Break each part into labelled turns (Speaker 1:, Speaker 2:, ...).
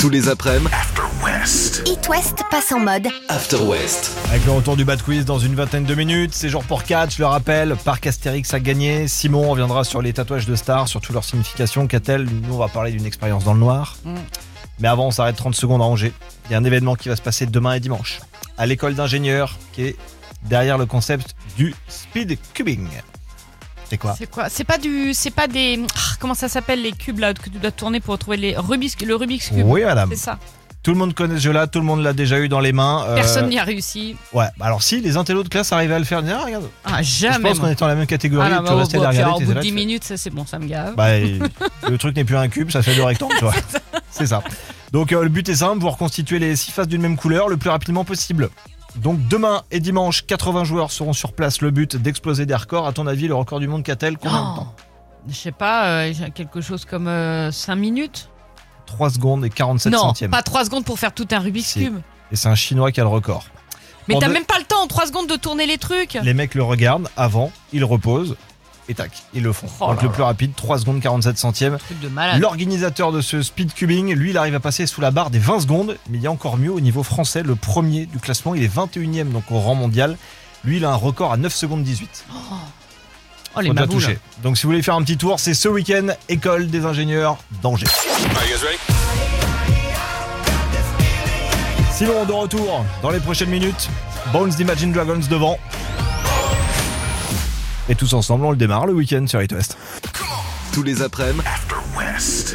Speaker 1: Tous les après-midi,
Speaker 2: It West passe en mode
Speaker 1: After West.
Speaker 3: Avec le retour du Bad Quiz dans une vingtaine de minutes, c'est jour pour 4, je le rappelle, Parc Astérix a gagné, Simon reviendra sur les tatouages de stars, sur toute leur signification, qu'a-t-elle Nous on va parler d'une expérience dans le noir.
Speaker 4: Mm.
Speaker 3: Mais avant on s'arrête 30 secondes à Angers. Il y a un événement qui va se passer demain et dimanche, à l'école d'ingénieurs, qui est derrière le concept du speed cubing. C'est quoi
Speaker 4: C'est quoi C'est pas du, c'est pas des, ah, comment ça s'appelle les cubes là que tu dois tourner pour retrouver les Rubik's, le Rubik's cube.
Speaker 3: Oui madame,
Speaker 4: C'est ça.
Speaker 3: tout le monde connaît ce jeu-là, tout le monde l'a déjà eu dans les mains. euh,
Speaker 4: Personne n'y a réussi.
Speaker 3: Ouais, Bah alors si les intellos de classe arrivaient à le faire, ils disaient, ah, regarde,
Speaker 4: Ah
Speaker 3: je
Speaker 4: jamais.
Speaker 3: pense qu'on
Speaker 4: moi.
Speaker 3: était dans la même catégorie,
Speaker 4: Ah, là,
Speaker 3: tu
Speaker 4: bah, au
Speaker 3: restais
Speaker 4: bout-
Speaker 3: la
Speaker 4: alors, au
Speaker 3: regarder,
Speaker 4: bout
Speaker 3: t'es
Speaker 4: de
Speaker 3: là,
Speaker 4: 10
Speaker 3: tu fais-
Speaker 4: minutes, ça c'est bon, ça me gave.
Speaker 3: Bah, il- le truc n'est plus un cube, ça fait deux rectangles, tu vois. C'est ça. Donc euh, le but est simple, vous reconstituez les six faces d'une même couleur le plus rapidement possible. Donc demain et dimanche, 80 joueurs seront sur place. Le but d'exploser des records. À ton avis, le record du monde qu'a-t-elle combien de
Speaker 4: Oh.
Speaker 3: temps
Speaker 4: Je sais pas, euh, j'ai quelque chose comme 5 minutes.
Speaker 3: 3 secondes et 47
Speaker 4: non,
Speaker 3: centièmes.
Speaker 4: pas 3 secondes pour faire tout un Rubik's
Speaker 3: Si.
Speaker 4: cube.
Speaker 3: Et c'est un Chinois qui a le record.
Speaker 4: Mais
Speaker 3: Pour
Speaker 4: t'as
Speaker 3: deux-
Speaker 4: même pas le temps en 3 secondes de tourner les trucs.
Speaker 3: Les mecs le regardent avant, ils reposent et tac, ils le font.
Speaker 4: Oh
Speaker 3: Donc
Speaker 4: là
Speaker 3: le
Speaker 4: là.
Speaker 3: plus rapide, 3 secondes 47 centièmes.
Speaker 4: Truc de malade.
Speaker 3: L'organisateur de ce speed cubing, lui, il arrive à passer sous la barre des 20 secondes, mais il y a encore mieux au niveau français, le premier du classement, il est 21e donc au rang mondial. Lui, il a un record à 9 secondes 18.
Speaker 4: Oh les
Speaker 3: On l'a
Speaker 4: maboules.
Speaker 3: touché. Donc si vous voulez faire un petit tour, c'est ce week-end, école des ingénieurs d'Angers. Simon de retour dans les prochaines minutes. Bones d'Imagine Dragons devant. Et tous ensemble, on le démarre le week-end sur It West.
Speaker 1: Tous les après-midi,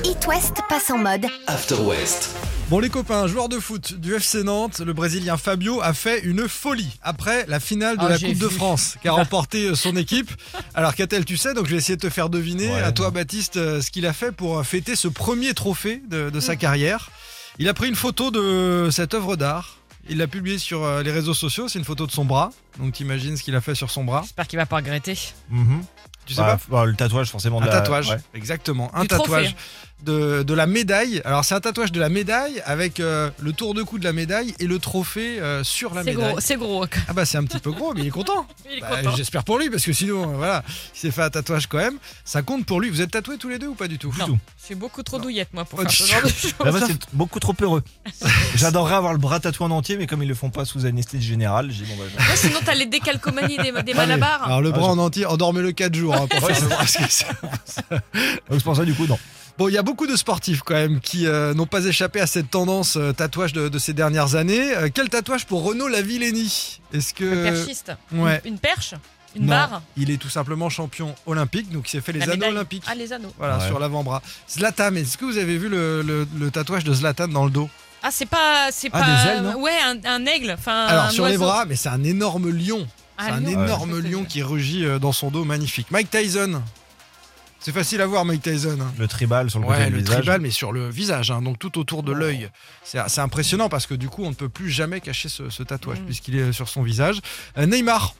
Speaker 2: It West passe en mode
Speaker 1: After West.
Speaker 5: Bon les copains, joueur de foot du FC Nantes, le Brésilien Fabio a fait une folie après la finale de
Speaker 4: Ah,
Speaker 5: la
Speaker 4: j'ai
Speaker 5: Coupe de
Speaker 4: vu.
Speaker 5: France qu'a remporté euh, son équipe. Alors qu'a-t-elle tu sais, donc je vais essayer de te faire deviner
Speaker 3: Ouais.
Speaker 5: à toi Baptiste euh, ce qu'il a fait pour euh, fêter ce premier trophée de, de sa
Speaker 4: Mm.
Speaker 5: carrière. Il a pris une photo de cette œuvre d'art. Il l'a publiée sur euh, les réseaux sociaux, c'est une photo de son bras. Donc t'imagines ce qu'il a fait sur son bras.
Speaker 4: J'espère qu'il va pas regretter.
Speaker 5: Tu sais
Speaker 3: Bah,
Speaker 5: pas
Speaker 3: bah, le tatouage, forcément. de
Speaker 5: un
Speaker 3: la-
Speaker 5: tatouage,
Speaker 3: ouais.
Speaker 5: exactement. Un
Speaker 4: Du
Speaker 5: tatouage de, de la médaille. Alors, c'est un tatouage de la médaille avec euh, le tour de cou de la médaille et le trophée euh, sur la
Speaker 4: C'est
Speaker 5: médaille.
Speaker 4: gros, c'est gros.
Speaker 5: Ah, bah, c'est un petit peu gros, mais il est content.
Speaker 4: Il est
Speaker 5: Bah,
Speaker 4: content.
Speaker 5: J'espère pour lui, parce que sinon, euh, voilà, il s'est fait un tatouage quand même. Ça compte pour lui. Vous êtes tatoués tous les deux ou pas du tout
Speaker 4: Non. Je suis beaucoup trop douillette moi pour
Speaker 5: Oh,
Speaker 4: faire ce
Speaker 5: tu-
Speaker 4: genre de choses.
Speaker 3: Là-bas, c'est t- beaucoup trop heureux. J'adorerais avoir le bras tatoué en entier, mais comme ils le font pas sous anesthésie générale, j'ai dit, bon bah. je-
Speaker 4: Ouais, sinon t'as les décalcomanies des, des
Speaker 3: mais-
Speaker 4: malabars.
Speaker 5: Alors, le
Speaker 3: Ah,
Speaker 5: bras
Speaker 3: je-
Speaker 5: en entier, endormez-le 4 jours. hein, pour faire le bras, parce que c'est-
Speaker 3: Donc c'est pour ça, du coup, non.
Speaker 5: Bon, il y a beaucoup de sportifs quand même qui euh, n'ont pas échappé à cette tendance euh, tatouage de, de ces dernières années. Euh, quel tatouage pour Renaud Lavillény Est-ce que.
Speaker 4: Le perchiste.
Speaker 5: Euh, ouais.
Speaker 4: Une, une perche Une
Speaker 5: Non,
Speaker 4: barre
Speaker 5: Il est tout simplement champion olympique, donc il s'est fait les
Speaker 4: La
Speaker 5: anneaux
Speaker 4: médaille
Speaker 5: olympiques.
Speaker 4: Ah, les anneaux.
Speaker 5: Voilà,
Speaker 3: Ouais.
Speaker 5: sur l'avant-bras. Zlatan, est-ce que vous avez vu le, le- le tatouage de Zlatan dans le dos
Speaker 4: Ah, c'est pas. C'est
Speaker 5: Ah,
Speaker 4: pas
Speaker 5: des ailes, non
Speaker 4: ouais, un, un aigle. Enfin,
Speaker 5: Alors,
Speaker 4: un
Speaker 5: sur les
Speaker 4: oiseau.
Speaker 5: bras, mais c'est un énorme lion.
Speaker 4: Ah,
Speaker 5: C'est un
Speaker 4: lion.
Speaker 5: énorme
Speaker 4: Ouais.
Speaker 5: lion qui rugit euh, dans son dos, magnifique. Mike Tyson. C'est facile à voir, Mike Tyson. hein.
Speaker 3: Le tribal sur le côté
Speaker 5: Ouais,
Speaker 3: du
Speaker 5: le
Speaker 3: visage.
Speaker 5: tribal, mais sur le visage, hein, donc tout autour de l'œil. C'est c'est impressionnant parce que du coup, on ne peut plus jamais cacher ce, ce tatouage
Speaker 4: Mm.
Speaker 5: puisqu'il est sur son visage. Euh, Neymar,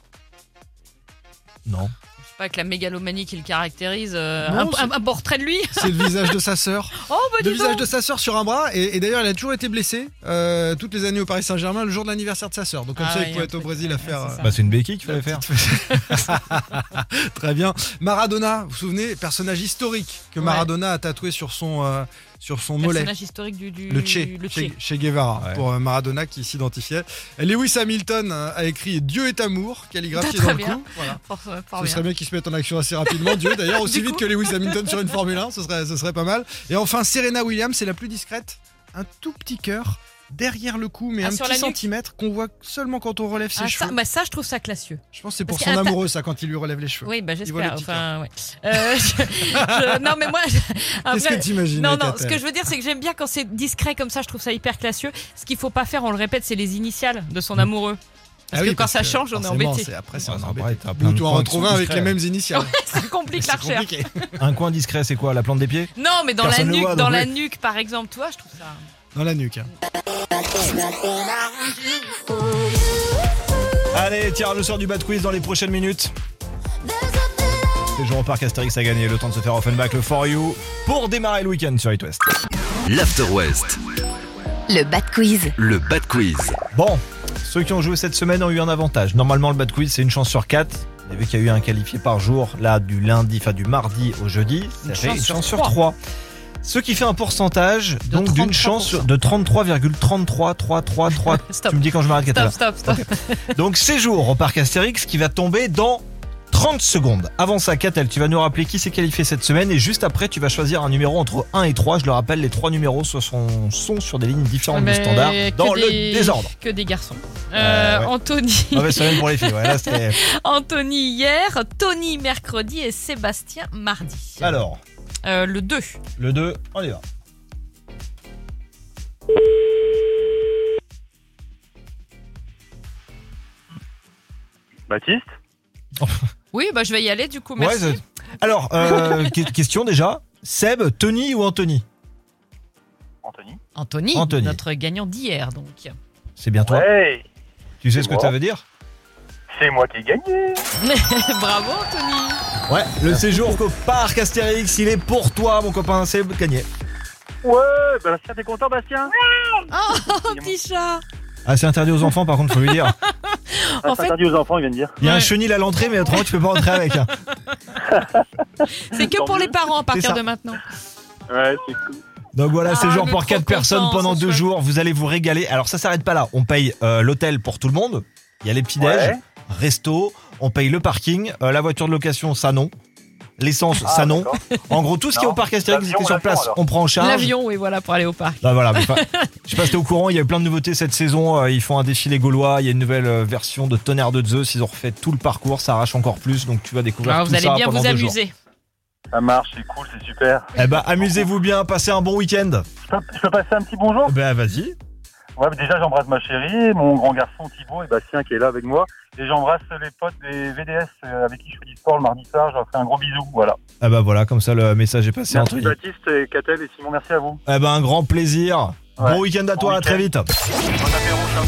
Speaker 3: Non.
Speaker 4: C'est pas que la mégalomanie qui le caractérise. euh,
Speaker 5: Non,
Speaker 4: un, un- un portrait de lui
Speaker 5: c'est le visage de sa sœur.
Speaker 4: Oh, bah
Speaker 5: le
Speaker 4: dis
Speaker 5: visage
Speaker 4: donc
Speaker 5: de sa sœur sur un bras. Et, et d'ailleurs, il a toujours été blessé euh, toutes les années au Paris Saint-Germain le jour de l'anniversaire de sa sœur. Donc comme
Speaker 4: Ah
Speaker 5: ça,
Speaker 4: ouais,
Speaker 5: il
Speaker 4: y a
Speaker 5: pouvait
Speaker 4: un
Speaker 5: être au
Speaker 4: truc,
Speaker 5: Brésil à
Speaker 4: ouais,
Speaker 5: faire.
Speaker 4: c'est
Speaker 5: euh,
Speaker 4: ça.
Speaker 3: Bah, c'est une béquille qu'il
Speaker 5: la
Speaker 3: fallait faire.
Speaker 5: petite- Très bien. Maradona, vous vous souvenez, personnage historique que
Speaker 4: Ouais.
Speaker 5: Maradona a tatoué sur son, euh, sur son mollet.
Speaker 4: Personnage historique du. du-
Speaker 5: Le Che,
Speaker 4: Le
Speaker 5: chez,
Speaker 4: Che.
Speaker 5: Guevara,
Speaker 3: Ouais.
Speaker 5: pour euh, Maradona qui s'identifiait. Et Lewis Hamilton euh, a écrit Dieu est amour, calligraphié
Speaker 4: Très
Speaker 5: dans le
Speaker 4: bien.
Speaker 5: cou. Voilà.
Speaker 4: Fort- euh, fort
Speaker 5: Ce
Speaker 4: bien.
Speaker 5: serait bien qu'ils se mettent en action assez rapidement. Dieu, d'ailleurs, aussi
Speaker 4: Du
Speaker 5: vite
Speaker 4: coup.
Speaker 5: que Lewis Hamilton sur une Formule 1, ce serait, ce serait pas mal. Et enfin, Serena Williams, c'est la plus discrète. Un tout petit cœur derrière le cou, mais
Speaker 4: Ah,
Speaker 5: un
Speaker 4: sur la
Speaker 5: petit
Speaker 4: nuque.
Speaker 5: centimètre qu'on voit seulement quand on relève ses
Speaker 4: Ah, ça,
Speaker 5: cheveux.
Speaker 4: bah, ça, je trouve ça classieux.
Speaker 5: Je pense que c'est pour
Speaker 4: parce
Speaker 5: son
Speaker 4: qu'un ta-
Speaker 5: amoureux, ça, quand il lui relève les cheveux.
Speaker 4: Oui, bah
Speaker 5: voit le
Speaker 4: j'espère.
Speaker 5: petit
Speaker 4: Enfin, ouais. Euh, je- je- non, mais moi. un
Speaker 5: Qu'est-ce
Speaker 4: vrai-
Speaker 5: que t'imagines
Speaker 4: Non,
Speaker 5: avec
Speaker 4: non,
Speaker 5: Athel
Speaker 4: ce que je veux dire, c'est que j'aime bien quand c'est discret comme ça, je trouve ça hyper classieux. Ce qu'il faut pas faire, on le répète, c'est les initiales de son amoureux. Parce
Speaker 5: Ah oui,
Speaker 4: que quand ça change, on est
Speaker 5: forcément,
Speaker 4: embêté.
Speaker 5: c'est- Après, c'est
Speaker 3: Ah,
Speaker 5: on est
Speaker 3: non,
Speaker 5: embêté.
Speaker 3: après, t'as plein
Speaker 5: Nous,
Speaker 3: de
Speaker 5: tu en
Speaker 3: points qui
Speaker 5: retrouves
Speaker 3: sont
Speaker 5: un avec les
Speaker 3: discrets.
Speaker 5: mêmes initiales.
Speaker 4: Ça complique la
Speaker 5: C'est
Speaker 4: recherche.
Speaker 5: compliqué.
Speaker 3: Un coin discret, c'est quoi La plante des pieds
Speaker 4: Non, mais dans
Speaker 3: Personne
Speaker 4: la
Speaker 3: le
Speaker 4: nuque,
Speaker 3: voit, donc
Speaker 4: dans
Speaker 3: oui.
Speaker 4: la nuque, par exemple, toi, je trouve ça.
Speaker 5: Dans la nuque. hein.
Speaker 3: Allez, tiens, le sort du bad quiz dans les prochaines minutes. C'est Jean Parc Astérix a gagné le temps de se faire Offenbach le For You pour démarrer le week-end sur It West.
Speaker 1: L'After West,
Speaker 2: le Bad Quiz.
Speaker 1: le Bad Quiz.
Speaker 3: Bon, ceux qui ont joué cette semaine ont eu un avantage. Normalement, le bad quiz, c'est une chance sur quatre. Mais vu qu'il y a eu un qualifié par jour, là, du lundi, enfin du mardi au jeudi, ça
Speaker 4: Une
Speaker 3: fait
Speaker 4: chance
Speaker 3: une
Speaker 4: sur
Speaker 3: chance sur
Speaker 4: trois.
Speaker 3: trois. Ce qui fait un pourcentage
Speaker 4: De
Speaker 3: donc d'une
Speaker 4: 33%.
Speaker 3: chance sur- de 33,33333.
Speaker 4: Stop.
Speaker 3: tu me dis quand je m'arrête, Catalin.
Speaker 4: Stop, stop, stop.
Speaker 3: Donc séjour au parc Astérix qui va tomber dans 30 secondes. Avant ça, Catel, tu vas nous rappeler qui s'est qualifié cette semaine et juste après, tu vas choisir un numéro entre 1 et 3. Je le rappelle, les trois numéros sont, sont, sont sur des lignes différentes
Speaker 4: Mais
Speaker 3: du standard
Speaker 4: que
Speaker 3: dans
Speaker 4: des-
Speaker 3: le désordre.
Speaker 4: Que des garçons.
Speaker 3: Euh,
Speaker 4: Euh,
Speaker 3: ouais.
Speaker 4: Anthony,
Speaker 3: Mauvaise semaine pour les filles. ouais, là, c'était-
Speaker 4: Anthony hier, Tony mercredi et Sébastien mardi.
Speaker 3: Alors,
Speaker 4: Euh, le 2.
Speaker 3: le 2, on y va.
Speaker 6: Baptiste
Speaker 4: Oui, bah je vais y aller du coup.
Speaker 3: Ouais,
Speaker 4: Merci.
Speaker 3: c'est- Alors, euh, que- question déjà. Seb, Tony ou Anthony
Speaker 6: Anthony
Speaker 4: Anthony,
Speaker 3: Anthony.
Speaker 4: notre gagnant d'hier donc.
Speaker 3: C'est bien toi.
Speaker 6: Ouais
Speaker 3: Tu sais ce que
Speaker 6: moi.
Speaker 3: ça veut dire
Speaker 6: C'est moi qui ai gagné
Speaker 4: Bravo Anthony.
Speaker 3: Ouais, le séjour au parc Astérix, il est pour toi, mon copain Seb gagné.
Speaker 6: Ouais Bastien, t'es content, Bastien
Speaker 4: Oh petit chat.
Speaker 3: Ah, c'est interdit aux enfants, par contre, faut lui dire.
Speaker 6: ah,
Speaker 4: En
Speaker 6: C'est
Speaker 4: fait-
Speaker 6: interdit aux enfants, il vient de dire.
Speaker 3: Il y a un
Speaker 4: Ouais.
Speaker 3: chenil à l'entrée, mais autrement, tu peux pas rentrer avec. hein.
Speaker 4: C'est que
Speaker 6: Tant
Speaker 4: pour
Speaker 6: mieux.
Speaker 4: les parents à
Speaker 3: C'est
Speaker 4: partir
Speaker 3: ça.
Speaker 4: de maintenant.
Speaker 6: Ouais, c'est cool.
Speaker 3: Donc voilà,
Speaker 4: Ah,
Speaker 3: c'est séjour
Speaker 4: on est
Speaker 3: pour
Speaker 4: trop
Speaker 3: 4
Speaker 4: contents,
Speaker 3: personnes pendant
Speaker 4: c'est
Speaker 3: 2
Speaker 4: chouette.
Speaker 3: jours. Vous allez vous régaler. Alors, ça s'arrête pas là. On paye euh, l'hôtel pour tout le monde. Il y a les petits-déj,
Speaker 6: Ouais.
Speaker 3: resto, on paye le parking, euh, la voiture de location, ça non. L'essence,
Speaker 6: Ah,
Speaker 3: ça non.
Speaker 6: d'accord.
Speaker 3: En gros, tout ce qui est au
Speaker 6: Non.
Speaker 3: parc Astérix,
Speaker 6: L'avion,
Speaker 3: c'était sur
Speaker 6: l'avion,
Speaker 3: place.
Speaker 6: alors.
Speaker 3: On prend en charge.
Speaker 4: L'avion, oui voilà pour aller au parc.
Speaker 3: Là, voilà, mais enfin, je sais pas si t'es au courant, il y a eu plein de nouveautés cette saison. Euh, Ils font un défilé gaulois, il y a une nouvelle euh, version de Tonnerre de Zeus. Ils ont refait tout le parcours, ça arrache encore plus. Donc tu vas découvrir
Speaker 4: Alors,
Speaker 3: tout
Speaker 4: Ah, vous allez
Speaker 3: ça
Speaker 4: bien
Speaker 3: pendant
Speaker 4: vous
Speaker 3: deux jours.
Speaker 4: amuser.
Speaker 6: Ça marche, c'est cool, c'est super.
Speaker 3: Eh ben, amusez-vous bien, passez un bon week-end.
Speaker 6: Je peux, je peux passer un petit bonjour
Speaker 3: Ben, vas-y.
Speaker 6: Ouais, mais déjà, j'embrasse ma chérie, mon grand garçon Thibaut et Bastien qui est là avec moi. Et j'embrasse les potes des VDS euh, avec qui je fais du sport le mardi soir. Je leur fais un gros bisou, voilà.
Speaker 3: Eh ben voilà, comme ça le message est passé entre
Speaker 6: Merci
Speaker 3: guillemets.
Speaker 6: Baptiste, et Catel et Simon, merci à vous.
Speaker 3: Eh ben, un grand plaisir.
Speaker 6: Ouais.
Speaker 3: Bon week-end à
Speaker 6: Bon
Speaker 3: toi, à
Speaker 6: week-end.
Speaker 3: très vite.
Speaker 6: Bon apéro, ciao.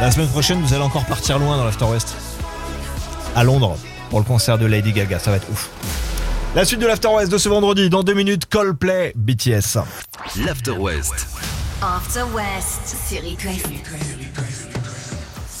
Speaker 3: La semaine prochaine, vous allez encore partir loin dans l'After West. À Londres, pour le concert de Lady Gaga, ça va être ouf. La suite de l'After West de ce vendredi, dans deux minutes, Coldplay, BTS.
Speaker 1: l'After West.
Speaker 2: After West sur It West.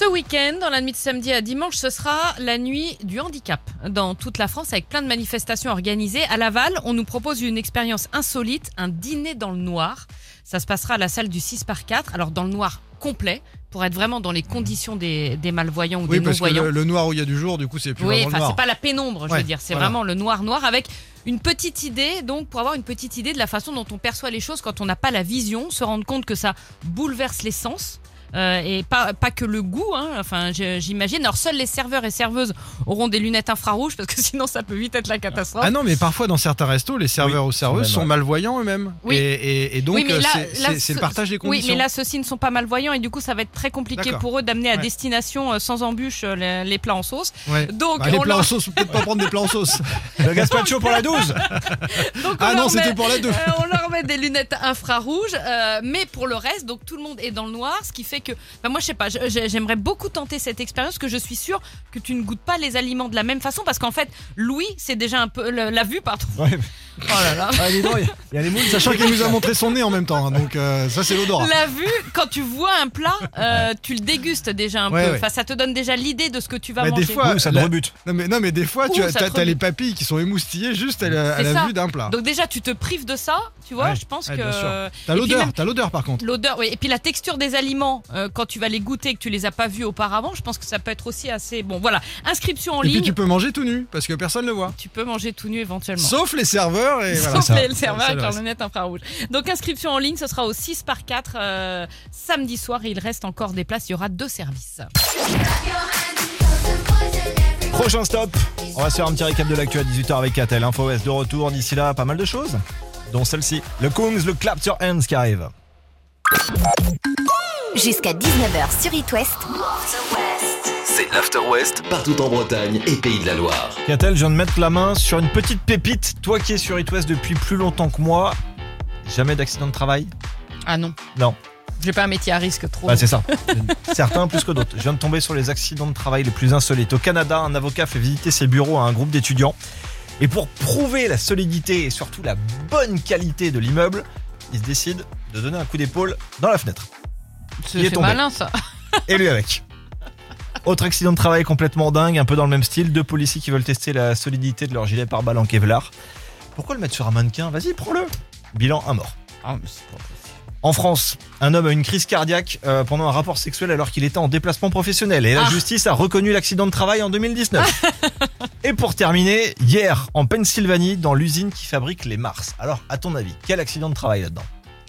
Speaker 4: Ce week-end, dans la nuit de samedi à dimanche, ce sera la nuit du handicap. Dans toute la France, avec plein de manifestations organisées, à Laval, on nous propose une expérience insolite, un dîner dans le noir. Ça se passera à la salle du 6 par 4, alors dans le noir complet, pour être vraiment dans les conditions des, des malvoyants ou
Speaker 5: Oui,
Speaker 4: des
Speaker 5: parce que
Speaker 4: non-voyants.
Speaker 5: le, le noir où il y a du jour, du coup, c'est plus
Speaker 4: Oui,
Speaker 5: vraiment le
Speaker 4: enfin, c'est
Speaker 5: noir.
Speaker 4: pas la pénombre, je
Speaker 5: Ouais,
Speaker 4: veux dire. C'est
Speaker 5: voilà.
Speaker 4: vraiment le noir noir avec une petite idée, donc pour avoir une petite idée de la façon dont on perçoit les choses quand on n'a pas la vision, se rendre compte que ça bouleverse les sens. euh, et pas, pas que le goût, hein, enfin je- j'imagine. Alors seuls les serveurs et serveuses auront des lunettes infrarouges parce que sinon ça peut vite être la catastrophe.
Speaker 5: Ah non, mais parfois dans certains restos, les serveurs ou serveuses
Speaker 3: même,
Speaker 5: sont
Speaker 3: ouais.
Speaker 5: malvoyants eux-mêmes.
Speaker 4: Oui.
Speaker 5: Et, et- et donc, euh,
Speaker 4: Oui, mais là-
Speaker 5: c'est-
Speaker 4: là,
Speaker 5: c'est c'est
Speaker 4: ce-
Speaker 5: le partage des
Speaker 4: oui,
Speaker 5: conditions.
Speaker 4: mais là ceux-ci ne sont pas malvoyants et du coup ça va être très compliqué
Speaker 5: D'accord.
Speaker 4: pour eux d'amener à
Speaker 5: Ouais.
Speaker 4: destination euh, sans embûche euh, les, les plats en sauce.
Speaker 5: Ouais.
Speaker 4: Donc
Speaker 5: Bah, les
Speaker 4: on
Speaker 5: plats en
Speaker 4: leur,
Speaker 5: sauce, peut-être pas prendre des plats en sauce.
Speaker 3: Le Gaspacho pour la 12
Speaker 4: donc on
Speaker 5: Ah non,
Speaker 4: leur met-
Speaker 5: c'était pour la 2.
Speaker 4: Euh, on leur met des lunettes infrarouges, euh, mais pour le reste, donc tout le monde est dans le noir, ce qui fait que, enfin, moi je sais pas, je- je- j'aimerais beaucoup tenter cette expérience, que je suis sûre que tu ne goûtes pas les aliments de la même façon, parce qu'en fait, Louis, c'est déjà un peu le- la vue, pardon.
Speaker 3: Ouais.
Speaker 4: Oh là là.
Speaker 3: Ah, dis donc, il y a- il y a les moules,
Speaker 5: Sachant qu'il nous a montré son nez en même temps, hein, donc euh, ça c'est l'odorat.
Speaker 4: La vue, quand tu vois un plat, euh, tu le dégustes déjà un
Speaker 5: Ouais,
Speaker 4: peu.
Speaker 5: ouais.
Speaker 4: Enfin, ça te donne déjà l'idée de ce que tu vas
Speaker 5: Bah, des
Speaker 4: manger.
Speaker 5: fois,
Speaker 3: Ouh, ça te
Speaker 5: La-
Speaker 3: rebute.
Speaker 5: Non mais, non, mais des fois,
Speaker 4: Ouh,
Speaker 5: tu as,
Speaker 4: ça
Speaker 5: t'as-
Speaker 4: te
Speaker 5: t'as les
Speaker 4: rebute.
Speaker 5: papilles qui sont émoustillées juste à la, à
Speaker 4: C'est
Speaker 5: la
Speaker 4: ça.
Speaker 5: vue d'un plat.
Speaker 4: Donc déjà, tu te prives de ça, tu vois.
Speaker 5: Ouais.
Speaker 4: Je pense
Speaker 5: Ouais, bien sûr.
Speaker 4: que
Speaker 5: T'as
Speaker 4: et puis
Speaker 5: l'odeur,
Speaker 4: même-
Speaker 5: t'as l'odeur par contre.
Speaker 4: L'odeur, oui. Et puis la texture des aliments, euh, quand tu vas les goûter et que tu les as pas vus auparavant, je pense que ça peut être aussi assez bon. Voilà, inscription en
Speaker 5: Et
Speaker 4: ligne.
Speaker 5: puis tu peux manger tout nu parce que personne le voit.
Speaker 4: Tu peux manger tout nu éventuellement.
Speaker 5: Sauf les serveurs et voilà.
Speaker 4: Sauf
Speaker 5: ça.
Speaker 4: les- le serveur
Speaker 5: Ça,
Speaker 4: avec
Speaker 5: le
Speaker 4: leur
Speaker 5: reste.
Speaker 4: lunette infrarouge. Donc inscription en ligne, ce sera au 6 par 4 euh, samedi soir et il reste encore des places, il y aura deux services.
Speaker 3: Prochain stop, on va se faire un petit récap de l'actu à 18h avec Catel. Info West de retour, d'ici là, pas mal de choses, dont celle-ci. Le Kungs, le Clap Your Hands qui arrive.
Speaker 2: Jusqu'à 19h sur It West.
Speaker 1: C'est l'After West partout en Bretagne et Pays de la Loire.
Speaker 3: Catel, je viens de mettre la main sur une petite pépite. Toi qui es sur It West depuis plus longtemps que moi, jamais d'accident de travail
Speaker 4: Ah non.
Speaker 3: Non.
Speaker 4: J'ai pas un métier à risque trop.
Speaker 3: Bah, c'est ça. Certains plus que d'autres. Je viens de tomber sur les accidents de travail les plus insolites. Au Canada, un avocat fait visiter ses bureaux à un groupe d'étudiants. Et pour prouver la solidité et surtout la bonne qualité de l'immeuble, il se décide de donner un coup d'épaule dans la fenêtre. il est
Speaker 4: c'est
Speaker 3: tombé.
Speaker 4: malin ça.
Speaker 3: Et lui avec. Autre accident de travail complètement dingue, un peu dans le même style. Deux policiers qui veulent tester la solidité de leur gilet pare-balles en Kevlar. Pourquoi le mettre sur un mannequin Vas-y, prends-le. Bilan, un mort.
Speaker 7: Ah, mais c'est pas possible.
Speaker 3: En France, un homme a une crise cardiaque euh, pendant un rapport sexuel alors qu'il était en déplacement professionnel. Et la
Speaker 4: Ah.
Speaker 3: justice a reconnu l'accident de travail en 2019. et pour terminer, hier, en Pennsylvanie, dans l'usine qui fabrique les Mars. Alors, à ton avis, quel accident de travail là-dedans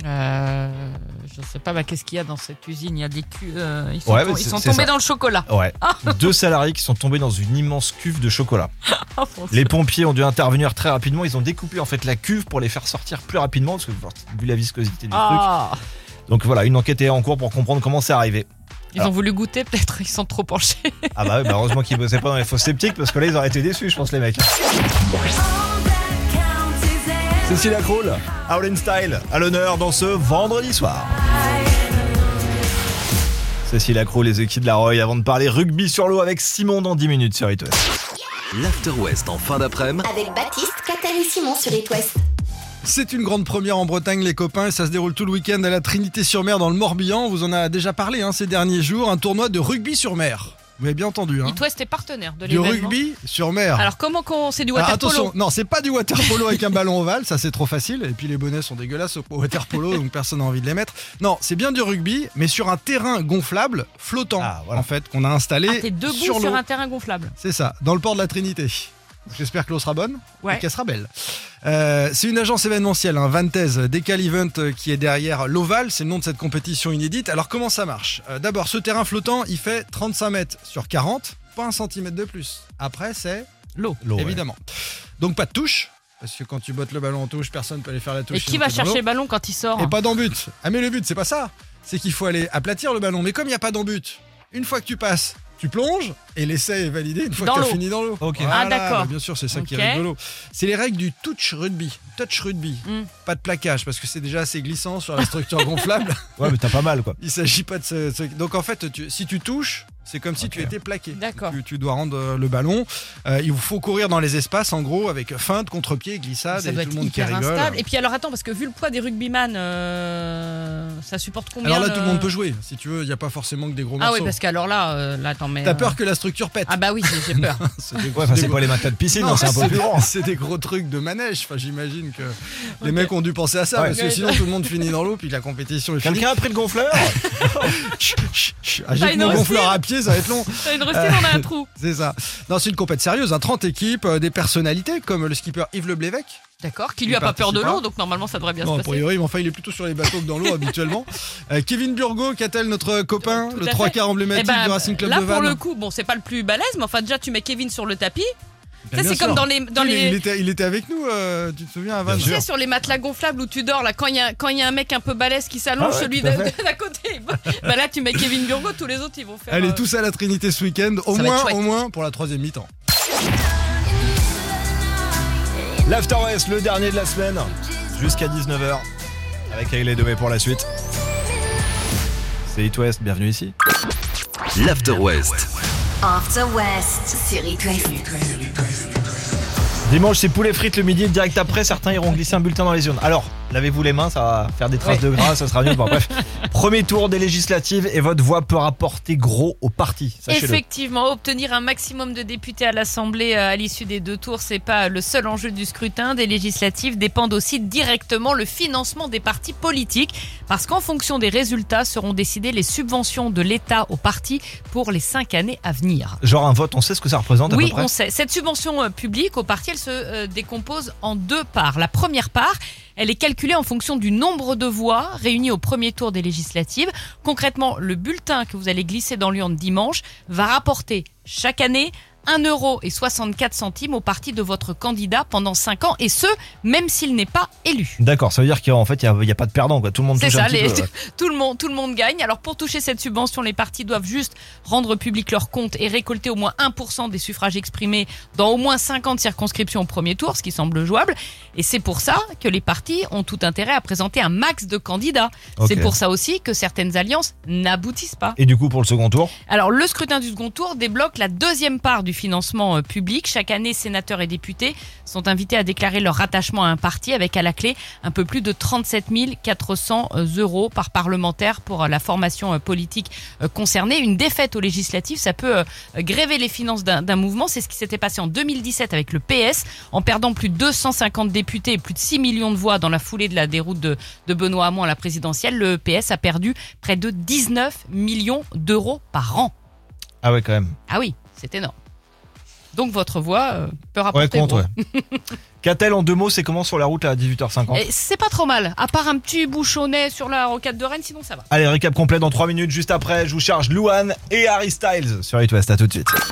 Speaker 7: Euh, je sais pas, bah, qu'est-ce qu'il y a dans cette usine Il y a des culs. euh, ils sont,
Speaker 3: Ouais,
Speaker 7: tom-
Speaker 3: mais
Speaker 7: ils
Speaker 3: c'est-
Speaker 7: sont
Speaker 3: c'est
Speaker 7: tombés
Speaker 3: ça.
Speaker 7: dans le chocolat.
Speaker 3: Ouais. Deux salariés qui sont tombés dans une immense cuve de chocolat.
Speaker 4: Oh,
Speaker 7: Ah, bon,
Speaker 3: Les pompiers ont dû intervenir très rapidement. Ils ont découpé en fait la cuve pour les faire sortir plus rapidement parce que vu la viscosité du truc.
Speaker 7: Ah.
Speaker 3: Donc voilà, une enquête est en cours pour comprendre comment c'est arrivé.
Speaker 7: Ils
Speaker 3: Alors.
Speaker 7: ont voulu goûter, peut-être, ils sont trop
Speaker 5: Hein
Speaker 7: penchés.
Speaker 3: Ah bah, oui, bah heureusement qu'ils bossaient pas dans les fausses sceptiques parce que là ils auraient été déçus, je pense les mecs. Cécile Kroll, Howlin' Style, à l'honneur dans ce vendredi soir. Cécile Kroll, les équipes de la Roy, avant de parler rugby sur l'eau avec Simon dans 10 minutes sur It West.
Speaker 1: L'After West en fin d'après-midi
Speaker 2: Avec Baptiste, Catel et Simon sur It West.
Speaker 5: C'est une grande première en Bretagne, les copains. et Ça se déroule tout le week-end à la Trinité-sur-Mer dans le Morbihan. On vous en a déjà parlé hein, ces derniers jours. Un tournoi de rugby sur mer. Vous avez bien entendu. Hein.
Speaker 4: It West est partenaire de
Speaker 5: Du
Speaker 4: l'événement.
Speaker 5: rugby sur
Speaker 7: Ah.
Speaker 5: mer.
Speaker 4: Alors comment qu'on c'est du
Speaker 5: Alors,
Speaker 4: water
Speaker 5: attention,
Speaker 4: polo
Speaker 5: non, c'est pas du water polo avec un ballon ovale, ça c'est trop facile. Et puis les bonnets sont dégueulasses au water polo, donc personne n'a envie de les mettre. Non, c'est bien du rugby, mais sur un terrain gonflable, flottant,
Speaker 3: Ah, voilà.
Speaker 5: en fait, qu'on a installé
Speaker 4: Ah, t'es debout
Speaker 5: sur
Speaker 4: sur,
Speaker 5: l'eau.
Speaker 4: un terrain gonflable.
Speaker 5: C'est ça, dans le port de la Trinité. J'espère que l'eau sera bonne
Speaker 4: Ouais.
Speaker 5: et qu'elle sera belle. Euh, c'est une agence événementielle, hein, Vantez, Decal Event, euh, qui est derrière l'Oval, c'est le nom de cette compétition inédite. Alors comment ça marche Euh, D'abord, ce terrain flottant, il fait 35 mètres sur 40, pas un centimètre de plus. Après, c'est
Speaker 7: L'eau.
Speaker 3: L'eau, ouais.
Speaker 5: évidemment. Donc pas de touche, parce que quand tu bottes le ballon en touche, personne peut aller faire la touche.
Speaker 4: Et qui
Speaker 5: sinon
Speaker 4: va
Speaker 5: t'es dans l'eau.
Speaker 4: chercher le ballon quand il sort
Speaker 5: Et pas d'embut. Ah mais le but, c'est pas ça. C'est qu'il faut aller aplatir le ballon. Mais comme il n'y a pas d'embut, une fois que tu passes, tu plonges et l'essai est validé une fois
Speaker 4: Dans
Speaker 5: que tu
Speaker 4: l'eau.
Speaker 5: fini dans l'eau.
Speaker 3: Ok.
Speaker 4: Ah, d'accord.
Speaker 5: mais Bien sûr, c'est ça qui
Speaker 4: Ok.
Speaker 5: est rigolo. C'est les règles du touch rugby. Touch rugby.
Speaker 4: Mm.
Speaker 5: Pas de plaquage parce que c'est déjà assez glissant sur la structure gonflable.
Speaker 3: Ouais, mais t'as pas mal quoi.
Speaker 5: Il s'agit pas de ce, ce- Donc en fait, tu- si tu touches, c'est comme si
Speaker 3: Ok.
Speaker 5: tu étais plaqué.
Speaker 4: D'accord.
Speaker 5: Tu, tu dois rendre euh, le ballon. Euh, il vous faut courir dans les espaces en gros avec feinte, contre-pied, glissade
Speaker 4: Ça
Speaker 5: et
Speaker 4: doit
Speaker 5: tout
Speaker 4: être
Speaker 5: le monde qui
Speaker 4: hyper
Speaker 5: rigole.
Speaker 4: instable. Et puis alors attends, parce que vu le poids des rugbyman, euh, ça supporte combien
Speaker 5: Alors là,
Speaker 4: le-
Speaker 5: tout le monde peut jouer. Si tu veux, il n'y a pas forcément que des gros
Speaker 4: euh. Ah
Speaker 5: morceaux.
Speaker 4: oui, parce qu'alors là, euh, là attends, mais.
Speaker 5: T'as
Speaker 4: euh,
Speaker 5: peur que la structure pète.
Speaker 4: Ah bah oui, j'ai- j'ai peur.
Speaker 5: C'est des-
Speaker 3: Ouais, enfin,
Speaker 5: des
Speaker 3: c'est
Speaker 5: gros-
Speaker 3: pas les matelas de piscine,
Speaker 5: Non,
Speaker 3: hein, c'est un peu
Speaker 5: c'est-
Speaker 3: plus grand.
Speaker 5: C'est des gros trucs de manège. Enfin, j'imagine que les mecs ont dû penser à ça
Speaker 3: Ouais.
Speaker 5: parce que sinon tout le monde finit dans l'eau puis que la compétition est finie.
Speaker 3: Quelqu'un a pris le gonfleur
Speaker 5: Chut, chut, chut.
Speaker 3: Ah,
Speaker 4: T'as
Speaker 5: Agite
Speaker 4: une
Speaker 5: mon
Speaker 4: hostile.
Speaker 5: gonfleur à pied, ça va être long.
Speaker 4: T'as une rustine, on a un
Speaker 5: Euh,
Speaker 4: trou.
Speaker 5: C'est ça. Non, c'est une compète sérieuse. hein. 30 équipes, euh, des personnalités comme le skipper Yves Le Blévêque.
Speaker 4: D'accord, qui
Speaker 5: Il
Speaker 4: lui a pas peur de
Speaker 5: participe pas.
Speaker 4: l'eau, donc normalement ça devrait bien
Speaker 5: Non,
Speaker 4: se
Speaker 5: a
Speaker 4: passer.
Speaker 5: priori, mais enfin, il est plutôt sur les bateaux que dans l'eau habituellement. Euh, Kevin Burgo, qu'a-t-elle notre copain,
Speaker 4: Tout à
Speaker 5: le
Speaker 4: fait.
Speaker 5: trois quarts
Speaker 4: Eh
Speaker 5: emblématique
Speaker 4: ben,
Speaker 5: du Racing Club
Speaker 4: là
Speaker 5: de
Speaker 4: pour
Speaker 5: Vannes
Speaker 4: le coup, bon c'est pas le plus balèze, mais enfin déjà tu mets Kevin sur le tapis.
Speaker 5: Ben,
Speaker 4: Ça,
Speaker 5: bien
Speaker 4: c'est
Speaker 5: sûr.
Speaker 4: comme dans les dans
Speaker 5: il,
Speaker 4: les
Speaker 5: il était, il était avec nous, euh, tu te souviens, à Vannes
Speaker 4: Tu sais, sur les matelas gonflables où tu dors, là, quand il y, a- quand il y a un mec un peu balèze qui s'allonge,
Speaker 3: Ah ouais,
Speaker 4: celui
Speaker 3: tout à
Speaker 4: d'à
Speaker 3: fait.
Speaker 4: d'à côté, bah là, tu mets Kevin Burgo, tous les autres, ils vont faire.
Speaker 5: Allez,
Speaker 4: euh,
Speaker 5: tous à la Trinité ce week-end, au
Speaker 4: Ça va être
Speaker 5: moins,
Speaker 4: chouette.
Speaker 5: au moins pour la troisième mi-temps.
Speaker 3: L'After West, le dernier de la semaine, jusqu'à 19h, avec Hayley Dewey pour la suite. C'est It West, bienvenue ici.
Speaker 1: l'After West.
Speaker 2: After West sur It West.
Speaker 3: Dimanche, c'est poulet frites le midi. Direct après, certains iront glisser un bulletin dans les urnes. Alors, lavez-vous les mains, ça va faire des traces de gras, ça sera mieux. Bon, bref, premier tour des législatives et votre voix peut rapporter gros au parti. Sachez-le.
Speaker 4: Effectivement, obtenir un maximum de députés à l'Assemblée euh, à l'issue des deux tours, c'est pas euh, le seul enjeu du scrutin. Des législatives dépendent aussi directement le financement des partis politiques, parce qu'en fonction des résultats seront décidées les subventions de l'État aux partis pour les cinq années à venir.
Speaker 3: Genre un vote, on sait ce que ça représente à
Speaker 4: Oui,
Speaker 3: peu près.
Speaker 4: on sait. Cette subvention euh, publique au parti, elle se euh, décompose en deux parts. La première part, elle est calculée en fonction du nombre de voix réunies au premier tour des législatives. Concrètement, le bulletin que vous allez glisser dans l'urne dimanche va rapporter chaque année 1,64€ au parti de votre candidat pendant 5 ans, et ce, même s'il n'est pas élu.
Speaker 3: D'accord, ça veut dire qu'en fait, il n'y a, il y a pas de perdant. Quoi. Tout le monde
Speaker 4: C'est
Speaker 3: touche
Speaker 4: ça,
Speaker 3: un petit
Speaker 4: les-
Speaker 3: peu, ouais.
Speaker 4: Tout le, monde, tout le monde gagne. Alors pour toucher cette subvention, les partis doivent juste rendre public leur compte et récolter au moins 1% des suffrages exprimés dans au moins 50 circonscriptions au premier tour, ce qui semble jouable. Et c'est pour ça que les partis ont tout intérêt à présenter un max de candidats.
Speaker 3: Ok.
Speaker 4: C'est pour ça aussi que certaines alliances n'aboutissent pas.
Speaker 3: Et du coup, pour le second tour,
Speaker 4: Alors le scrutin du second tour débloque la deuxième part du du financement euh, public. Chaque année, sénateurs et députés sont invités à déclarer leur rattachement à un parti avec à la clé un peu plus de 37 400 euh, euros par parlementaire pour euh, la formation euh, politique euh, concernée. Une défaite aux législatives, ça peut euh, gréver les finances d'un d'un mouvement. C'est ce qui s'était passé en 2017 avec le PS, en perdant plus de 250 députés et plus de 6 millions de voix dans la foulée de la déroute de, de Benoît Hamon à la présidentielle. Le PS a perdu près de 19 millions d'euros par an.
Speaker 3: Ah ouais, quand même.
Speaker 4: Ah oui, c'est énorme. Donc votre voix euh, peut
Speaker 3: Ouais,
Speaker 4: rapporter.
Speaker 3: contre.
Speaker 4: gros.
Speaker 3: ouais. Catel, en deux mots, c'est comment sur la route à 18h50
Speaker 4: Et C'est pas trop mal, à part un petit bouchonnet sur la rocade de Rennes, sinon ça va.
Speaker 3: Allez, récap complet dans 3 minutes. Juste après, je vous charge Louane et Harry Styles sur It West. À tout de suite.